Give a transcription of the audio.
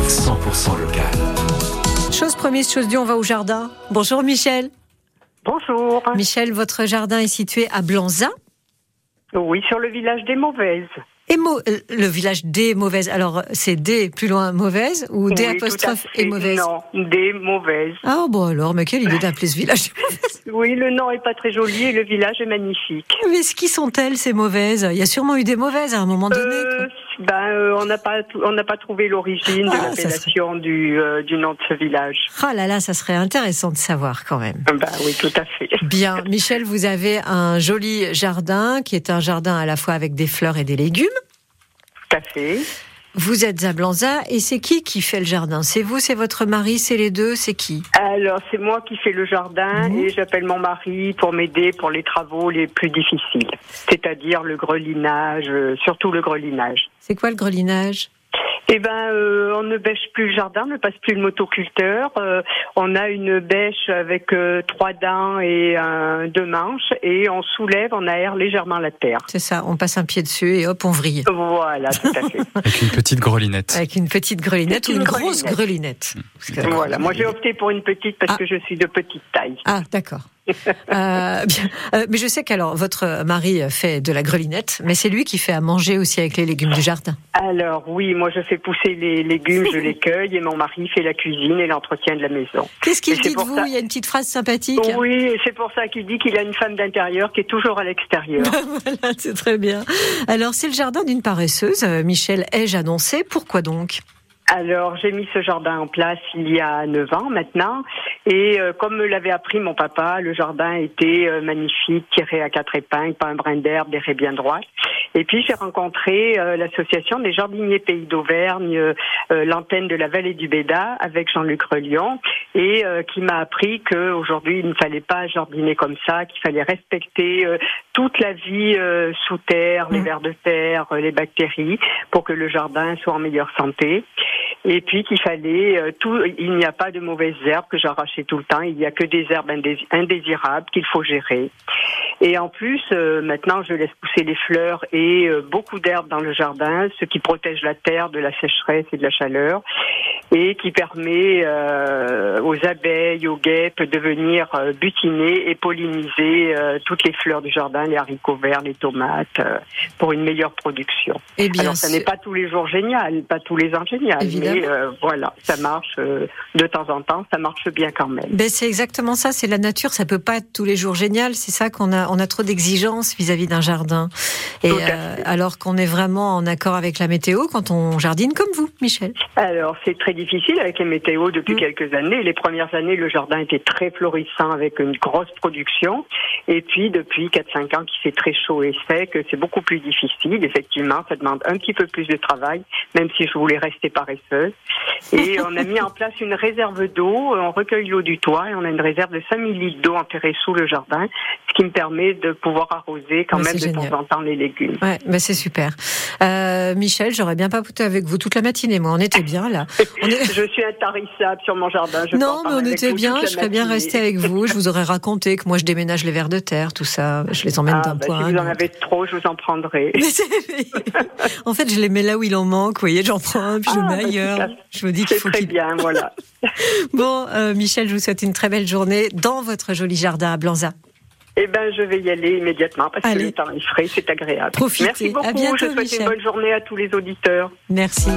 100% local. Chose promise, chose due, on va au jardin. Bonjour Michel. Bonjour. Michel, votre jardin est situé à Blanza Oui, sur le village des Mauvaises. Et mo- euh, le village des mauvaises. Alors, c'est des plus loin mauvaises ou des Oui, tout à apostrophes fait. et mauvaises Non, des Mauvaises. Ah bon alors, mais quelle idée d'appeler ce village Oui, le nom est pas très joli et le village est magnifique. Mais ce qui sont-elles ces mauvaises Il y a sûrement eu des mauvaises à un moment donné. Euh, quoi. ben, euh, on n'a pas, tout- on n'a pas trouvé l'origine de Ah, ça l'appellation du, euh, du nom de ce village. Ah là là, ça serait intéressant de savoir quand même. Ben oui, tout à fait. Bien, Michel, vous avez un joli jardin qui est un jardin à la fois avec des fleurs et des légumes. Tout à fait. Vous êtes à Blanza et c'est qui qui fait le jardin C'est vous, c'est votre mari, c'est les deux, c'est qui Alors, c'est moi qui fais le jardin Mhm. et j'appelle mon mari pour m'aider pour les travaux les plus difficiles, c'est-à-dire le grelinage, euh, surtout le grelinage. C'est quoi le grelinage Eh ben, euh, on ne bêche plus le jardin, on ne passe plus le motoculteur. euh, on a une bêche avec euh, trois dents et un- deux manches et on soulève, on aère légèrement la terre. C'est ça, on passe un pied dessus et hop, on vrille. Voilà, tout à fait. Avec une petite grelinette. Avec une petite grelinette ou C'est une une grosse grelinette. Parce que- voilà, moi j'ai opté pour une petite parce Ah. que je suis de petite taille. Ah, d'accord. Euh, bien. Euh, mais je sais qu'alors, votre mari fait de la grelinette, mais c'est lui qui fait à manger aussi avec les légumes du jardin. Alors oui, moi je fais pousser les légumes, je les cueille et mon mari fait la cuisine et l'entretien de la maison. Qu'est-ce Et qu'il c'est dit de pour vous ça- Il y a une petite phrase sympathique. Oui, et c'est pour ça qu'il dit qu'il a une femme d'intérieur qui est toujours à l'extérieur. Voilà, c'est très bien. Alors, c'est le jardin d'une paresseuse, euh, Michel, ai-je annoncé. Pourquoi donc Alors, j'ai mis ce jardin en place il y a 9 ans maintenant. Et euh, comme me l'avait appris mon papa, le jardin était euh, magnifique, tiré à quatre épingles, pas un brin d'herbe, des raies bien droites. Et puis, j'ai rencontré euh, l'association des jardiniers pays d'Auvergne, euh, euh, l'antenne de la vallée du Béda, avec Jean-Luc Relion, et euh, qui m'a appris qu'aujourd'hui, il ne fallait pas jardiner comme ça, qu'il fallait respecter euh, toute la vie euh, sous terre, les Mhm. vers de terre, euh, les bactéries, pour que le jardin soit en meilleure santé et puis qu'il fallait euh, tout il n'y a pas de mauvaises herbes que j'arrachais tout le temps il n'y a que des herbes indés- indésirables qu'il faut gérer et en plus euh, maintenant je laisse pousser les fleurs et euh, beaucoup d'herbes dans le jardin ce qui protège la terre de la sécheresse et de la chaleur et qui permet euh, aux abeilles aux guêpes de venir euh, butiner et polliniser euh, toutes les fleurs du jardin les haricots verts les tomates euh, pour une meilleure production Eh bien, alors, ça n'est ce- pas tous les jours génial, pas tous les ans génial, mais Évidemment. euh, voilà, ça marche euh, de temps en temps, ça marche bien quand même. Ben, c'est exactement ça, c'est la nature, ça peut pas être tous les jours génial, c'est ça qu'on a, on a trop d'exigences vis-à-vis d'un jardin. Et Tout à euh, alors qu'on est vraiment en accord avec la météo quand on jardine comme vous, Michel. Alors, c'est très difficile avec les météos depuis Mm. quelques années. Les premières années, le jardin était très florissant avec une grosse production. Et puis, depuis 4-5 ans, qui c'est très chaud et sec, c'est beaucoup plus difficile. Effectivement, ça demande un petit peu plus de travail, même si je voulais rester paresseuse. Et on a mis en place une réserve d'eau. On recueille l'eau du toit et on a une réserve de 5000 litres d'eau enterrée sous le jardin, ce qui me permet de pouvoir arroser quand Ouais, même de c'est génial. temps en temps les légumes. Ouais, ben c'est super. Euh, Michel, j'aurais bien papoté avec vous toute la matinée, moi, on était bien là. On est- Je suis intarissable sur mon jardin. Je peux en non, mais parler on avec était vous bien, toute je la serais bien matinée. restée avec vous, je vous aurais raconté que moi je déménage les vers de terre, tout ça, je les emmène Ah, d'un bah, point. à Si un vous en autre. avez trop, je vous en prendrai. Mais c'est- en fait, je les mets là où il en manque, vous voyez, j'en prends un, puis je le Ah, mets bah, c'est ailleurs. ça. Je me dis qu'il C'est faut très qu'il bien, voilà. Bon, euh, Michel, je vous souhaite une très belle journée dans votre joli jardin à Blanza. Eh ben, je vais y aller immédiattement parce Allez. que le temps est frais, c'est agréable. Profitez. Merci À beaucoup. bientôt, je souhaite Michel. une bonne journée à tous les auditeurs. Merci.